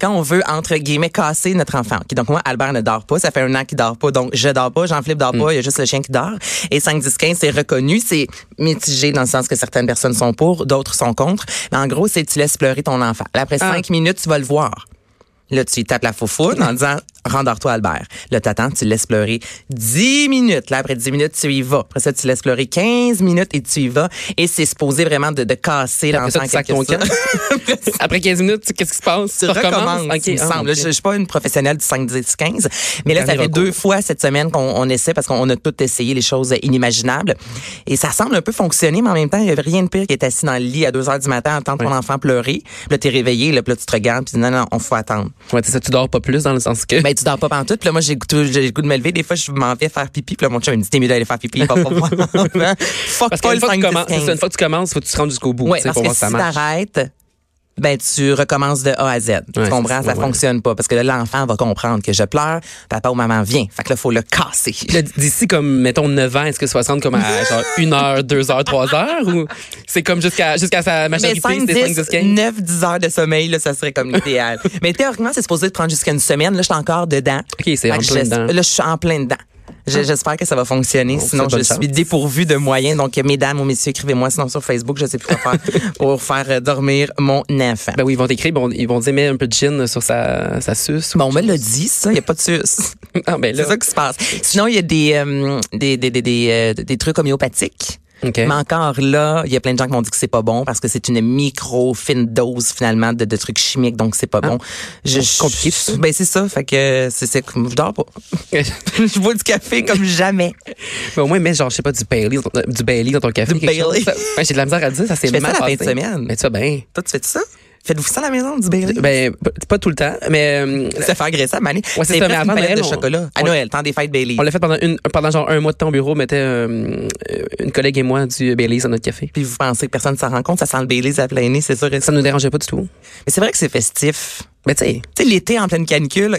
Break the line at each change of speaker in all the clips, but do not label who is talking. quand on veut, entre guillemets, casser notre enfant. OK, donc moi, Albert ne dort pas. Ça fait un an qu'il dort pas. Donc, je dors pas. Jean-Philippe dort
Mm.
pas. Il y a juste le chien qui dort. Et 5, 10, 15, c'est reconnu. C'est mitigé dans le sens que certaines personnes sont pour, d'autres sont contre. Mais en gros, c'est tu laisses pleurer ton enfant. Là, après
Ah.
5 minutes, tu vas le voir. Là, tu lui tapes la foufoune en disant Rendors-toi, Albert. Là, t'attends, tu le laisses pleurer 10 minutes. Là, après 10 minutes, tu y vas. Après ça, tu laisses pleurer 15 minutes et tu y vas. Et c'est supposé vraiment de, de casser
Après ça,
l'enfant
tu sacs
quelque
ton
sorte.
Après 15 minutes, tu- qu'est-ce qui se passe?
Tu recommences,
OK,
il me
ah,
semble.
OK.
Je, je suis pas une professionnelle du 5, 10, 15, mais là, ça
Dernier
fait
recours.
deux fois cette semaine qu'on on essaie parce qu'on a tout essayé les choses inimaginables. Et ça semble un peu fonctionner, mais en même temps, il n'y a rien de pire qu'être assis dans le lit à 2 heures du matin, entendre ton enfant pleurer. Puis là, t'es réveillé, là, puis là, tu te regardes, puis non, non, on faut attendre.
Ouais, c'est ça, tu dors pas plus dans le sens que.
Ben, tu dors pas pantoute. Puis là, moi, j'ai le goût- j'ai le goût de me lever. Des fois, je m'en vais faire pipi. Puis là, mon chum, il me dit, t'es mieux d'aller faire pipi. Il va pas voir. Fuck
parce
pas le
qu'une fois,
5
que
10,
tu commences- c'est ça,
15.
une fois que tu commences, faut que tu te rendes jusqu'au bout.
Ouais,
tu sais,
parce
pour
que
voir si ça
si
marche.
t'arrêtes, ben tu recommences de A à Z. Tu
Ouais,
comprends?
c'est-
Ça
ouais, ouais.
fonctionne pas. Parce que là, l'enfant va comprendre que je pleure, papa ou maman vient. Fait que là, faut le casser.
Puis là, D'ici, comme, mettons, 9 ans, est-ce que ça va se rendre comme à genre 1 heure, 2 heures, 3 heures? Ou c'est comme jusqu'à jusqu'à sa
Mais
majorité,
5,
c'est 5, 10,
10,
15?
9, 10 heures de sommeil, là, ça serait comme l'idéal. Mais théoriquement, c'est supposé te prendre jusqu'à une semaine. Là, je suis encore dedans.
OK, c'est
Fait
en
que
plein
j'es-
dedans. Ah.
Là, je suis en plein dedans. J'ai- J'espère que ça va fonctionner. sinon,
bonne
je
chance.
suis dépourvue de moyens. Donc, mesdames ou messieurs, écrivez-moi. Sinon, sur Facebook, je sais plus quoi faire pour faire euh, dormir mon enfant.
Ben oui, ils vont t'écrire, bon, ils vont dire, mets un peu de gin sur sa, sa suce. ou-
Bon, on me l'a dit, ça. Il n'y a pas de sus.
Ah, ben là.
C'est ça qui se passe. Sinon, il y a des, euh, des, des, des, des, euh, des trucs homéopathiques.
OK.
Mais encore là, il y a plein de gens qui m'ont dit que c'est pas bon parce que c'est une micro fine dose finalement de, de trucs chimiques, donc c'est pas bon. Je,
Ah. C'est compliqué, tout ça.
Ben c'est ça, fait que c'est c'est comme- je dors pas. je bois du café comme jamais.
Mais au moins, mets genre, je sais pas, du Bailey, dans ton- du Bailey dans ton café.
Du
quelque chose.
Bailey.
Ça- Ouais, J'ai de la misère à dire, ça c'est
Je fais ça
mal
la fin de
passé.
semaine.
Mais tu vois, ben.
Toi, tu fais ça Faites-vous ça à la maison du Bailey
Ben, p- pas tout le temps, mais euh,
Ça fait agresser à Mané.
Ouais, c'est ça, mais
presque
avant
une palette
Noël,
de
on-
chocolat. À
on-
Noël, temps des fêtes Bailey.
on l'a fait pendant, une, pendant genre un mois de temps au bureau, on mettait euh, euh, une collègue et moi du Bailey dans notre café.
Puis vous pensez que personne s'en rend compte, ça sent le Bailey à plein nez, c'est sûr. et
Ça
certain.
nous dérangeait pas du tout.
Mais c'est vrai que c'est festif.
Mais tu sais,
Tu sais, l'été en pleine canicule,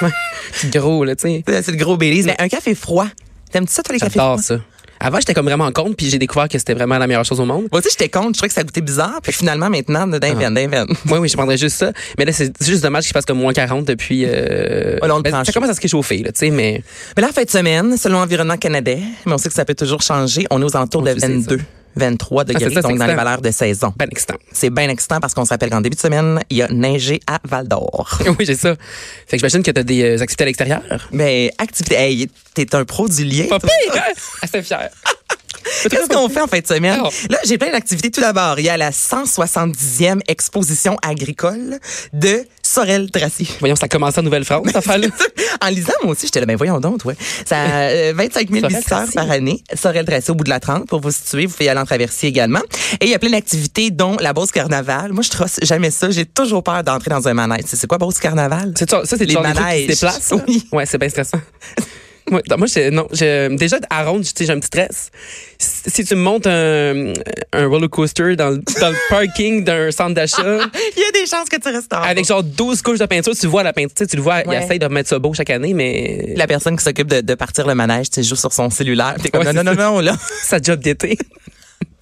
là,
c'est gros, là, tu sais.
C'est c'est le gros Baileys. Mais un café froid. T'aimes-tu ça, toi, les cafés froids?
J'adore ça. Avant, j'étais comme vraiment contre, puis j'ai découvert que c'était vraiment la meilleure chose au monde.
Moi aussi, j'étais contre. Je trouvais que ça goûtait bizarre. Puis finalement, maintenant,
Ah.
d'invente, d'invente.
Oui, oui, je prendrais juste ça. Mais là, c'est juste dommage qu'il fasse comme moins 40 depuis. Euh,
Ouais, là, on le
ben,
prend
ça
chaud.
commence à se réchauffer, là, tu sais, mais.
Mais là, en fin de semaine, selon Environnement Canada, mais on sait que ça peut toujours changer, on est aux alentours de
Oh, je sais ça.
22, 23
Ah, c'est
degrés,
ça,
donc
c'est
dans les
excitant.
valeurs de saison.
Ben, excitant.
C'est bien excitant parce qu'on s'appelle qu'en début de semaine, il y a neigé à Val d'Or.
oui, j'ai ça. Fait que j'imagine que t'as des euh, activités à l'extérieur.
Mais Ben, activité, hey, t'es un pro du lien.
Pas
toi.
pire, hein? Assez fière.
Qu'est-ce qu'on fait en fin de semaine?
Alors.
Là, j'ai plein d'activités. Tout d'abord, il y a la 170e exposition agricole de Sorel-Tracy.
Voyons, ça a commencé en Nouvelle-France, cette affaire-là.
en lisant, moi aussi, j'étais là, ben voyons donc, ouais. Ça a euh, 25 000
Sorel
visiteurs
Tracy.
par année. Sorel Tracé au bout de la 30, pour vous situer. Vous pouvez y aller en traversier également. Et il y a plein d'activités, dont la Beauce Carnaval. Moi, je trosse jamais ça. J'ai toujours peur d'entrer dans un manège. C'est c'est quoi Beauce Carnaval?
C'est ça, ça, c'est
Les
genre des trucs qui
manèges.
se déplacent. là.
Oui.
Ouais, c'est bien stressant. Moi, non, moi, j'ai- non, j'ai- déjà, à ronde, tu sais, j'ai un petit stress. Si, si tu me montes un, un roller coaster dans, le- dans le parking d'un centre d'achat,
Il y a des chances que tu restes en
avec genre 12 couches de peinture, tu vois la peinture, tu sais, tu le vois, il
Ouais.
essaye de mettre ça beau chaque année, mais
la personne qui s'occupe de, de partir le manège, tu sais, joue sur son cellulaire. T'es comme,
Ouais,
non, non,
c'est
non, non, là.
sa job d'été.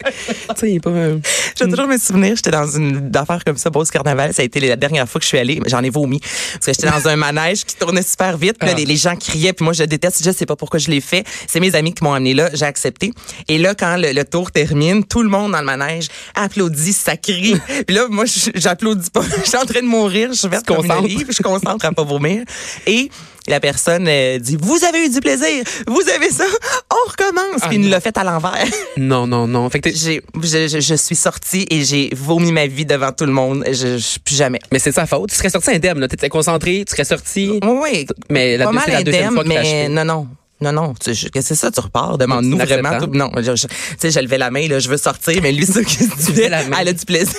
tu sais, il est pas. euh,
Je vais toujours me souvenir, j'étais dans une affaire comme ça, Beauce Carnaval. Ça a été la dernière fois que je suis allée. mais J'en ai vomi. Parce que j'étais dans un manège qui tournait super vite. puis là,
Ah.
les, les gens criaient. Puis moi, je déteste. Je sais pas pourquoi je l'ai fait. C'est mes amis qui m'ont amené là. J'ai accepté. Et là, quand le, le tour termine, tout le monde dans le manège applaudit, ça crie. puis là, moi, je- j'applaudis pas. Je suis en train de mourir. Je suis verte
Tu te
comme une
concentres.
olive. Je concentre à pas vomir. Et la personne euh, dit, vous avez eu du plaisir. Vous avez ça. On recommence. puis il nous l'a fait à l'envers.
Non, non, non. Fait que t'es-
J'ai- je, je- je suis sortie et j'ai vomi ma vie devant tout le monde. Je, je plus jamais.
mais c'est sa faute. Tu serais sorti indemne, là. T'étais concentré, tu serais sorti.
Oui, oui.
Mais la,
pas mal
c'est la deuxième
indemne,
fois que t'as
mais
acheté.
non, non. Non, non, tu- je- que c'est ça, tu repars, demande-nous
C'est
vraiment.
inacceptable.
tout- non, je, je- tu sais, je levais la main, là, je veux sortir, mais lui, ça, qu'est-ce que tu fais?
levais la main.
Elle a du plaisir.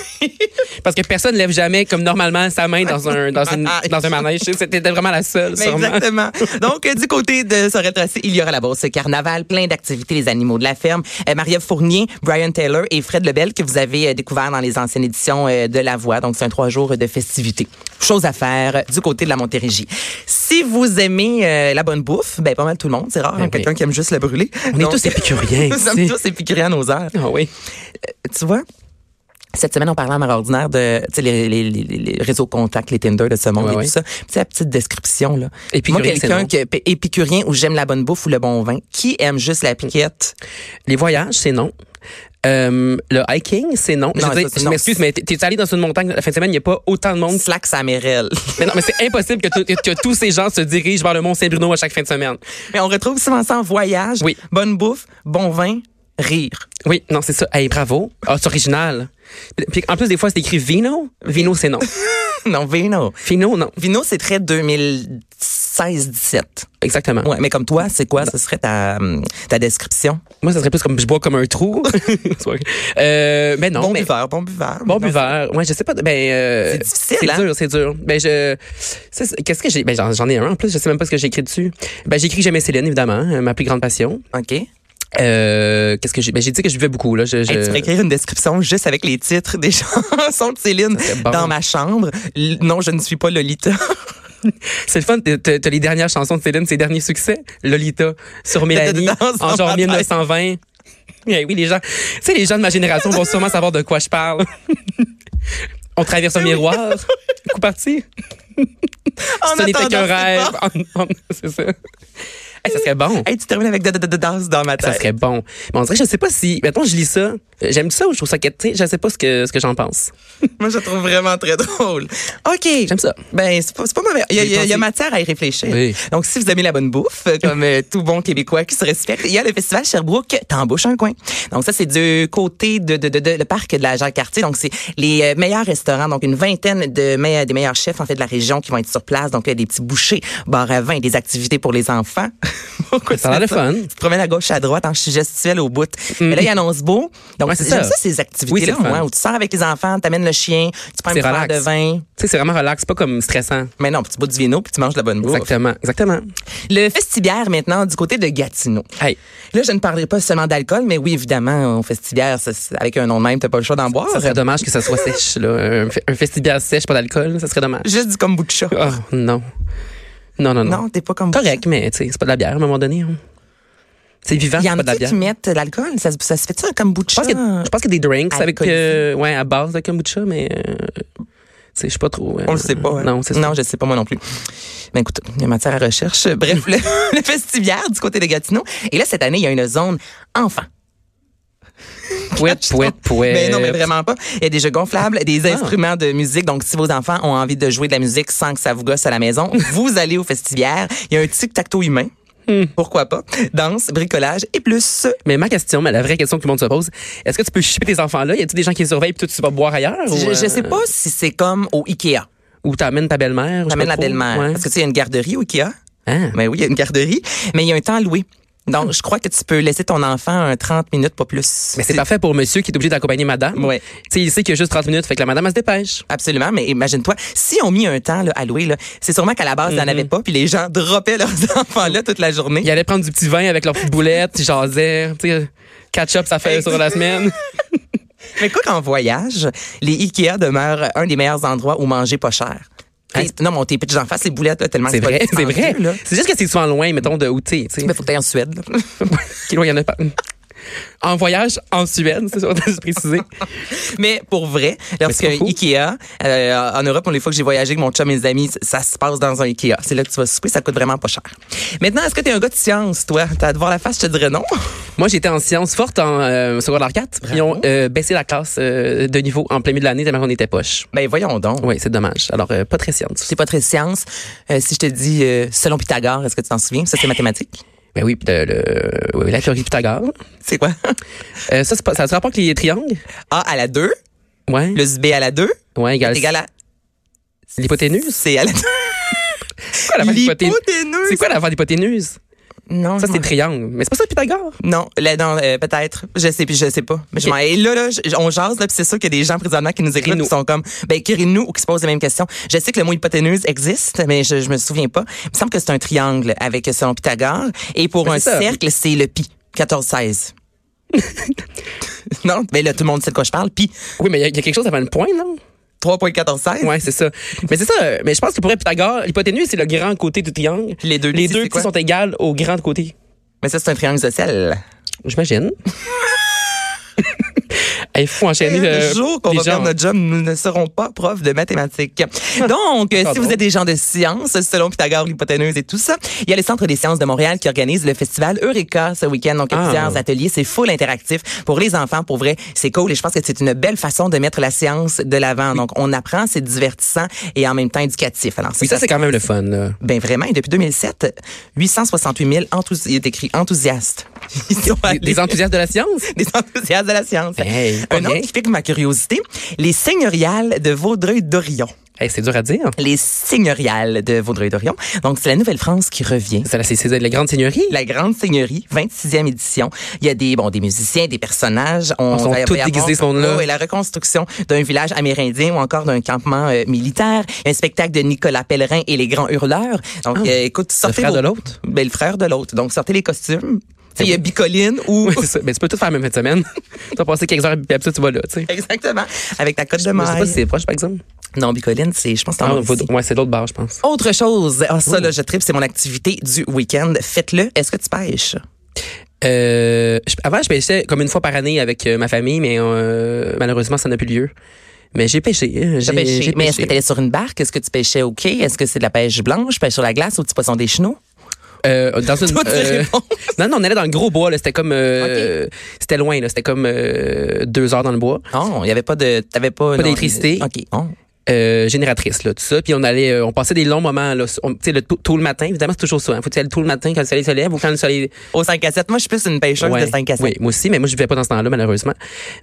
Parce que personne ne lève jamais, comme normalement, sa main dans un, dans une,
Ah,
dans un manège. C'était vraiment la seule,
Mais
sûrement.
exactement. Donc, euh, du côté de Sorel Tracé, il y aura la bourse carnaval, plein d'activités, les animaux de la ferme. Euh, Maria Fournier, Brian Taylor et Fred Lebel que vous avez euh, découvert dans les anciennes éditions euh, de La Voix. Donc, c'est un trois jours de festivités. Chose à faire euh, du côté de la Montérégie. Si vous aimez euh, la bonne bouffe, ben pas mal tout le monde. C'est rare, hein,
oui.
quelqu'un qui aime juste le brûler.
On est tous épicuriens,
Nous sommes
tu sais.
tous épicuriens à nos heures.
Ah oui.
Tu vois? Cette semaine, on parlait à ma ordinaire de tu sais, les, les, les- les réseaux contacts, les Tinder de ce monde
Ouais,
et
ouais.
tout ça. Puis, tu sais, la petite description, là.
Épicurien,
Moi, quelqu'un
c'est
qui est épicurien ou j'aime la bonne bouffe ou le bon vin, qui aime juste la piquette?
Les voyages, c'est non. Euh, le hiking, c'est non.
Non,
je veux dire,
ça, c'est
je
non.
m'excuse, mais t'es- t'es allé dans une montagne la fin de semaine, il n'y a pas autant de monde.
Slack sa mérelle.
Mais non, mais c'est impossible que, tout- que- que tous ces gens se dirigent vers le Mont Saint-Bruno à chaque fin de semaine.
Mais on retrouve souvent ça en voyage.
Oui.
Bonne bouffe, bon vin, rire.
Oui, non, c'est ça. Hey, bravo. Ah, c'est original. Puis en plus, des fois, c'est écrit vino. Vino, c'est non.
non, Vino.
Vino, non.
Vino, c'est très 2016-17.
Exactement.
Ouais, mais comme toi, c'est quoi? Ce serait ta, hum, ta description?
Moi, ça serait plus comme je bois comme un trou. Sorry. euh, mais non,
bon
mais-
buveur, bon buveur.
Bon
Non.
buveur. Ouais, je sais pas. Ben, euh,
C'est difficile, hein?
dur, c'est dur. Ben, je. ça, c'est- Qu'est-ce que j'ai. Ben, j'en j'en ai un en plus. Je sais même pas ce que j'ai écrit dessus. Ben, j'ai écrit J'aimais Céline, évidemment, euh, ma plus grande passion.
OK. Hey,
Euh, Qu'est-ce que j'ai. Ben, j'ai dit que je buvais beaucoup, là. Je, je-
tu pourrais écrire une description juste avec les titres des chansons de Céline.
serait bon.
Dans ma chambre. L- Non, je ne suis pas Lolita.
C'est le fun. t'as- T'as t'as les dernières chansons de Céline, ses derniers succès. Lolita, sur Mélanie,
dedans,
en
sans
genre
bataille.
1920. Eh oui, les gens. Tu sais, les gens de ma génération vont sûrement savoir de quoi je parle. On traverse
Eh
un miroir. Coup parti.
En
Ce n'était
attendant,
qu'un
c'est
rêve.
bon.
En- en- C'est ça. Hey, ça serait bon.
Hey, tu termines avec da- da- da- danse dans ma
Ça
tête.
serait bon. Mais on dirait, je sais pas si. Mettons, je lis ça. euh, J'aime ça ou je trouve ça quête. tu sais, Je sais pas ce que, ce que j'en pense.
Moi, je la trouve vraiment très drôle. OK.
J'aime ça.
Ben, c'est pas, c'est pas mauvais. Il y, a, il y a- il y a matière à y réfléchir.
Oui.
Donc, si vous aimez la bonne bouffe, euh, comme euh, tout bon Québécois qui se respecte, il y a le festival Sherbrooke T'embauches un coin. Donc, ça, c'est du côté de, de, de, de- le parc de la Jacques-Cartier. Donc, c'est les euh, meilleurs restaurants. Donc, une vingtaine de me- des meilleurs chefs, en fait, de la région qui vont être sur place. Donc, il y a des petits bouchers, bar à vin, des activités pour les enfants. Pourquoi
Ça a
tu
l'air
fais
le fun. Mm.
Tu te promènes à gauche, à droite, en je suis gestuelle au bout. Mais là, il annonce beau. Donc,
Ouais, c'est
j'aime ça.
ça.
ces
Oui, c'est
activités-là,
le fun.
moi, où tu sors avec les enfants, t'amènes le chien, tu prends un
C'est
petit verre de
relax.
vin.
Tu sais, c'est vraiment relax, pas comme stressant.
Mais non, puis tu bois du vino puis tu manges de la bonne bouffe.
Exactement. Exactement.
Le festibiaire maintenant du côté de Gatineau.
Hey,
Là, je ne parlerai pas seulement d'alcool, mais oui, évidemment, au festibiaire, ça, c'est- avec un nom de même, t'as pas le choix d'en boire.
ça serait dommage que ça soit sèche, là. Un, fe- un festival sèche, pas d'alcool, ça serait dommage.
Juste du kombucha.
Oh, non. Non, non, non.
Non, t'es pas comme
Correct, mais tu sais, c'est pas de la bière à un moment donné. hein. C'est vivant,
Il y
c'est
en
pas de
a
la
qui
bière.
mettent de l'alcool. Ça, se- ça se fait-tu un kombucha? Euh,
Je pense que, je pense que des drinks avec,
Alcoolisé.
euh, ouais, à base de kombucha, mais, euh, tu sais, je sais pas trop. euh,
On le sait pas. hein.
Non, c'est ça.
Non, je sais pas moi non plus. Mais écoute, il y a matière à recherche. Bref, le, le festibiaire du côté de Gatineau. Et là, cette année, il y a une zone enfant.
Pouette, pouette, pouette. Ah.
Mais non, mais vraiment pas. Il y a des jeux gonflables, des instruments de musique. Donc, si vos enfants ont envie de jouer de la musique sans que ça vous gosse à la maison, vous allez au festivière. Il y a un tic-tac-toe humain.
Hmm.
Pourquoi pas? Danse, bricolage et plus.
Mais ma question, mais la vraie question que tout le monde se pose, est-ce que tu peux chipper tes enfants là? Y a-t-il des gens qui les surveillent puis toi, tu vas boire ailleurs? ou,
Je, je
euh,
sais pas si c'est comme au Ikea.
Ou t'amènes ta belle-mère? ou je sais
T'amènes
pas
la
trop.
belle-mère.
Ouais.
Parce que tu sais, il y a une garderie au Ikea.
Ah.
Mais oui, il y a une garderie. Mais il y a un temps loué. Donc, je crois que tu peux laisser ton enfant un 30 minutes, pas plus.
Mais c'est parfait pour monsieur qui est obligé d'accompagner madame.
Ouais.
Tu sais, il sait qu'il y a juste 30 minutes, fait que la madame, elle se dépêche.
Absolument, mais imagine-toi, si on mis un temps là, à louer, là, c'est sûrement qu'à la base, il n'y en
Mm-hmm.
avait pas, puis les gens droppaient leurs enfants là toute la journée.
Il allait prendre du petit vin avec leur petite boulette, ils jasaient, tu sais, catch-up, ça fait sur la semaine.
Mais quoi qu'en voyage, les Ikea demeurent un des meilleurs endroits où manger pas cher.
Hey.
T'sais, Non, mais on t'est pitch d'en face, les boulettes, là, tellement
C'est
pas
vrai, c'est
dispendieux,
vrai.
là.
C'est juste que c'est souvent loin, mettons, de où tu sais, tu sais.
Mais faut que t'ailles en Suède. là.
Qui loin, il y en a pas. En voyage en Suède, c'est ça, je préciser.
mais pour vrai, lorsque
c'est pas fou.
Ikea, euh, en Europe, les fois que j'ai voyagé avec mon chum et mes amis, ça se passe dans un Ikea. C'est là que tu vas souper, ça coûte vraiment pas cher. Maintenant, est-ce que t'es un gars de science, toi? T'as à te voir la face, je te dirais non.
Moi, j'étais en sciences fortes en euh, secondaire 4. Ils ont euh, baissé la classe euh, de niveau en plein milieu de l'année tellement qu'on était poche.
Ben, voyons donc.
Oui, c'est dommage. Alors, euh, pas très science.
C'est pas très science. Euh, si je te dis, euh, selon Pythagore, est-ce que tu t'en souviens? Ça, c'est mathématique.
Ben oui, puis le, le- oui, la théorie de Pythagore.
C'est quoi?
Euh, ça, c'est pas- ça se rapporte avec les triangles.
A à la 2
Ouais.
plus B à la 2
ouais, égal.
est égal à
Euh, L'hypoténuse.
C à la 2.
C'est quoi l'affaire d'hypoténuse?
L'hypoténuse.
C'est quoi l'affaire d'hypoténuse?
Non,
Ça,
je
c'est
m'en-
triangle. Mais c'est pas ça, Pythagore?
non, là, non, euh, peut-être. Je sais, puis je sais pas. Mais je m'en- Et là, là, je- on jase, là, puis c'est sûr qu'il y a des gens présentement qui nous écrivent,
Crie-nous.
qui sont comme, ben, qui rient-nous ou qui se posent les mêmes questions. Je sais que le mot hypoténuse existe, mais je, je me souviens pas. Il me semble que c'est un triangle avec euh, selon Pythagore. Et pour
Ben,
un
c'est ça.
cercle, c'est le pi. 14-16. non, mais là, tout le monde sait de quoi je parle. Pi.
Oui, mais il y, a- il y a quelque chose avant le point, non?
3.14-16.
Ouais, c'est ça. Mais c'est ça. euh, Mais je pense que pour Pythagore, l'hypoténuse, c'est le grand côté du triangle.
Les deux
Les
petits,
deux
c'est quoi?
petits sont égales au grand côté.
Mais ça, c'est un triangle social.
J'imagine. Eh, Il faut enchaîner
Le
le
jour qu'on va perdre notre job, nous ne serons pas profs de mathématiques. Donc, euh, si
Pardon.
vous êtes des gens de sciences, selon Pythagore, l'hypoténuse et tout ça, il y a le Centre des sciences de Montréal qui organise le festival Eureka ce week-end. Donc, il y a
Ah.
plusieurs ateliers. C'est full interactif pour les enfants. Pour vrai, c'est cool. Et je pense que c'est une belle façon de mettre la science de l'avant. Donc, on apprend, c'est divertissant et en même temps éducatif. Alors,
Oui, ça, c'est quand même le fun, là.
ben vraiment, et depuis 2007, 868 000 enthousi- il est écrit enthousiastes. Ils sont
Des-
allés-
Des enthousiastes de la science?
des enthousiastes de la science.
Hey, pas
un autre
bien.
qui pique ma curiosité, les seigneuriales de Vaudreuil-Dorion.
Hey, c'est dur à dire.
Les seigneuriales de Vaudreuil-Dorion. Donc, c'est la Nouvelle-France qui revient.
Ça, là, C'est c'est la grande seigneurie.
La Grande Seigneurie, 26e édition. Il y a des, bon, des musiciens, des personnages. On
Ils sont
va y
tous
avoir-
déguisés, ce monde-là.
Oh, et la reconstruction d'un village amérindien ou encore d'un campement euh, militaire. Un spectacle de Nicolas Pellerin et les Grands Hurleurs. Donc,
Ah.
euh, écoute,
Le
sortez
frère
vos-
de l'autre.
ben, le frère de l'autre. Donc, sortez les costumes. Tu sais, Il y a
oui.
Bicoline ou...
Oui, c'est ça. Mais tu peux tout faire la même fin de semaine. tu vas passer quelques heures, puis après ça, tu vas là, tu sais.
Exactement. Avec ta cote de
Je sais
maille.
pas si c'est proche, par exemple.
Non, Bicoline, c'est, je pense, que c'est en
Ah,
Mauricie.
faut- ouais, c'est l'autre bar, je pense.
Autre chose, ah, ça, là, je tripe, c'est mon activité du week-end. Faites-le. Est-ce que tu pêches?
Euh, je- avant, je pêchais comme une fois par année avec euh, ma famille, mais euh, malheureusement, ça n'a plus lieu. Mais j'ai pêché. hein. J'ai
T'as pêché.
j'ai
Mais est-ce que
pêché.
tu allais sur une barque? Est-ce que tu pêchais au quai? Est-ce que c'est de la pêche blanche, pêche sur la glace ou petit poisson des chenaux?
Euh, dans une
Toutes les
euh,
réponses.
non non on allait dans le gros bois là c'était comme euh, c'était loin là c'était comme euh, deux heures dans le bois
Non, il n'y avait pas de. T'avais pas. non,
d'électricité.
OK. Oh.
euh, génératrice là tout ça puis on allait euh, on passait des longs moments là on- tu sais le tôt, tôt le matin évidemment c'est toujours ça hein. faut aller tôt le matin quand le soleil se lève ou quand le soleil
Au 5 à 7. Moi, je suis plus une pêcheuse
Ouais.
de 5 à 7.
Oui, moi aussi, mais moi, je vivais pas dans ce temps-là, malheureusement.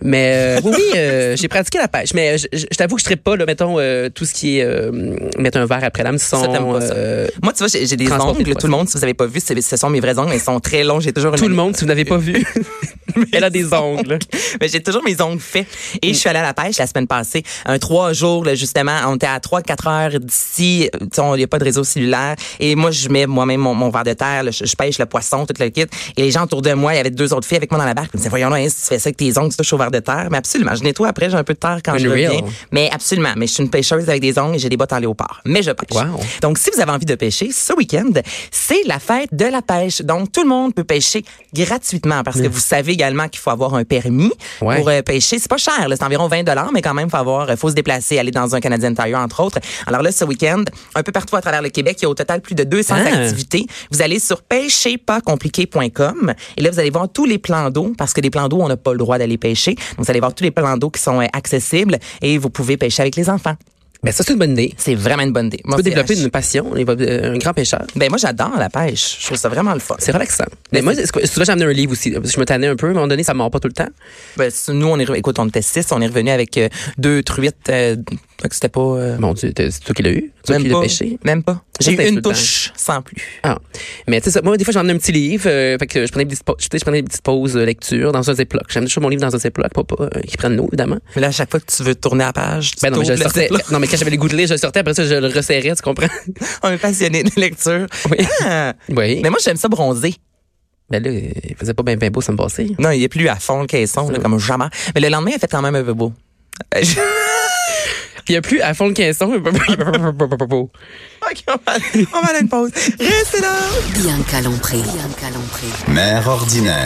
Mais euh, oui, oui, euh, j'ai pratiqué la pêche. Mais euh, je, je- je t'avoue que je ne pas, là, mettons, euh, tout ce qui est euh, mettre un verre après l'âme. Sans,
Ça, t'aimes pas ça.
euh,
Moi, tu vois, j'ai j'ai des
Transporter le
ongles. Tout le monde, si vous avez pas vu, c'est- ce sont mes vrais ongles. Ils sont très longs. J'ai toujours une
tout le monde, si vous n'avez pas vu, elle a des ongles.
Mais j'ai toujours mes ongles faits. Et je suis allée à la pêche la semaine passée. Un trois jours, là, justement. On était à trois, quatre heures d'ici. Tu sais, on- Il n'y a pas de réseau cellulaire. Et moi, je mets moi-même mon, mon verre de terre. là, je, je pêche le poisson, tout le kit. Et les gens autour de moi, il y avait deux autres filles avec moi dans la barque. Ils me disaient, voyons, là, hein, si tu fais ça avec tes ongles, tu touches au verre de terre. Mais absolument. Je nettoie après, j'ai un peu de terre quand je
Unreal.
reviens. Mais absolument. Mais je suis une pêcheuse avec des ongles et j'ai des bottes en léopard. Mais je pêche.
Wow.
Donc, si vous avez envie de pêcher, ce week-end, c'est la fête de la pêche. Donc, tout le monde peut pêcher gratuitement parce que vous savez également qu'il faut avoir un permis
Mm. Ouais.
pour euh, pêcher. C'est pas cher, là. c'est environ 20 dollars, mais quand même, faut avoir, faut se déplacer, aller dans un Canadian Tire, entre autres. Alors là, ce week-end, un peu partout à travers le Québec, il y a au total plus de 200
Ah.
activités. Vous allez sur pêcherpascompliqué.com et là, vous allez voir tous les plans d'eau parce que des plans d'eau, on n'a pas le droit d'aller pêcher. Donc, vous allez voir tous les plans d'eau qui sont euh, accessibles et vous pouvez pêcher avec les enfants.
Ben, ça, c'est une bonne idée.
C'est euh, vraiment une bonne idée.
Tu peux développer une passion, il va- euh, un grand pêcheur.
Ben moi j'adore la pêche, je trouve ça vraiment le fun.
C'est relaxant. Mais moi, c'est- souvent, j'ai amené un livre aussi. parce que Je me tannais un peu. À un moment donné, ça ne mord pas tout le temps.
Ben, c'est- nous on est re- écoute on était six, on est revenu avec euh, deux truites, euh, donc c'était pas euh,
Mon Dieu, t'es- c'est toi qui l'as eu. C'est toi qui
même
l'as
pas,
pêché.
même pas. J'ai
Ça,
eu
c'est
une
insultant.
touche sans plus.
Ah. Mais tu sais, ça, moi, des fois, j'emmène un petit livre. euh, fait que je prenais des petites, pa- tu sais, je prenais des petites pauses euh, lecture dans un Ziploc. J'aime toujours mon livre dans un Ziploc, pas, pas euh, qui prennent l'eau, évidemment.
Mais là à chaque fois que tu veux tourner la page, tu
Ben non, mais je le
tournes le
sortais.
Ziploc.
Non, mais quand j'avais les goûts de lire, je le sortais. Après ça, je le resserrais, tu comprends?
on est passionné de lecture.
Oui.
Ah!
Oui.
Mais moi j'aime ça bronzer.
Ben là, il faisait pas bien ben beau, ça me passait.
Non, il est plus à fond le caisson là, comme jamais. Mais le lendemain il a fait quand même un peu beau. Euh, je-
Puis il y a plus à fond le caisson. il y a pas-
Ok, on va on va aller à une pause. Restez là.
Bien calompré. Bien calompré.
mère ordinaire.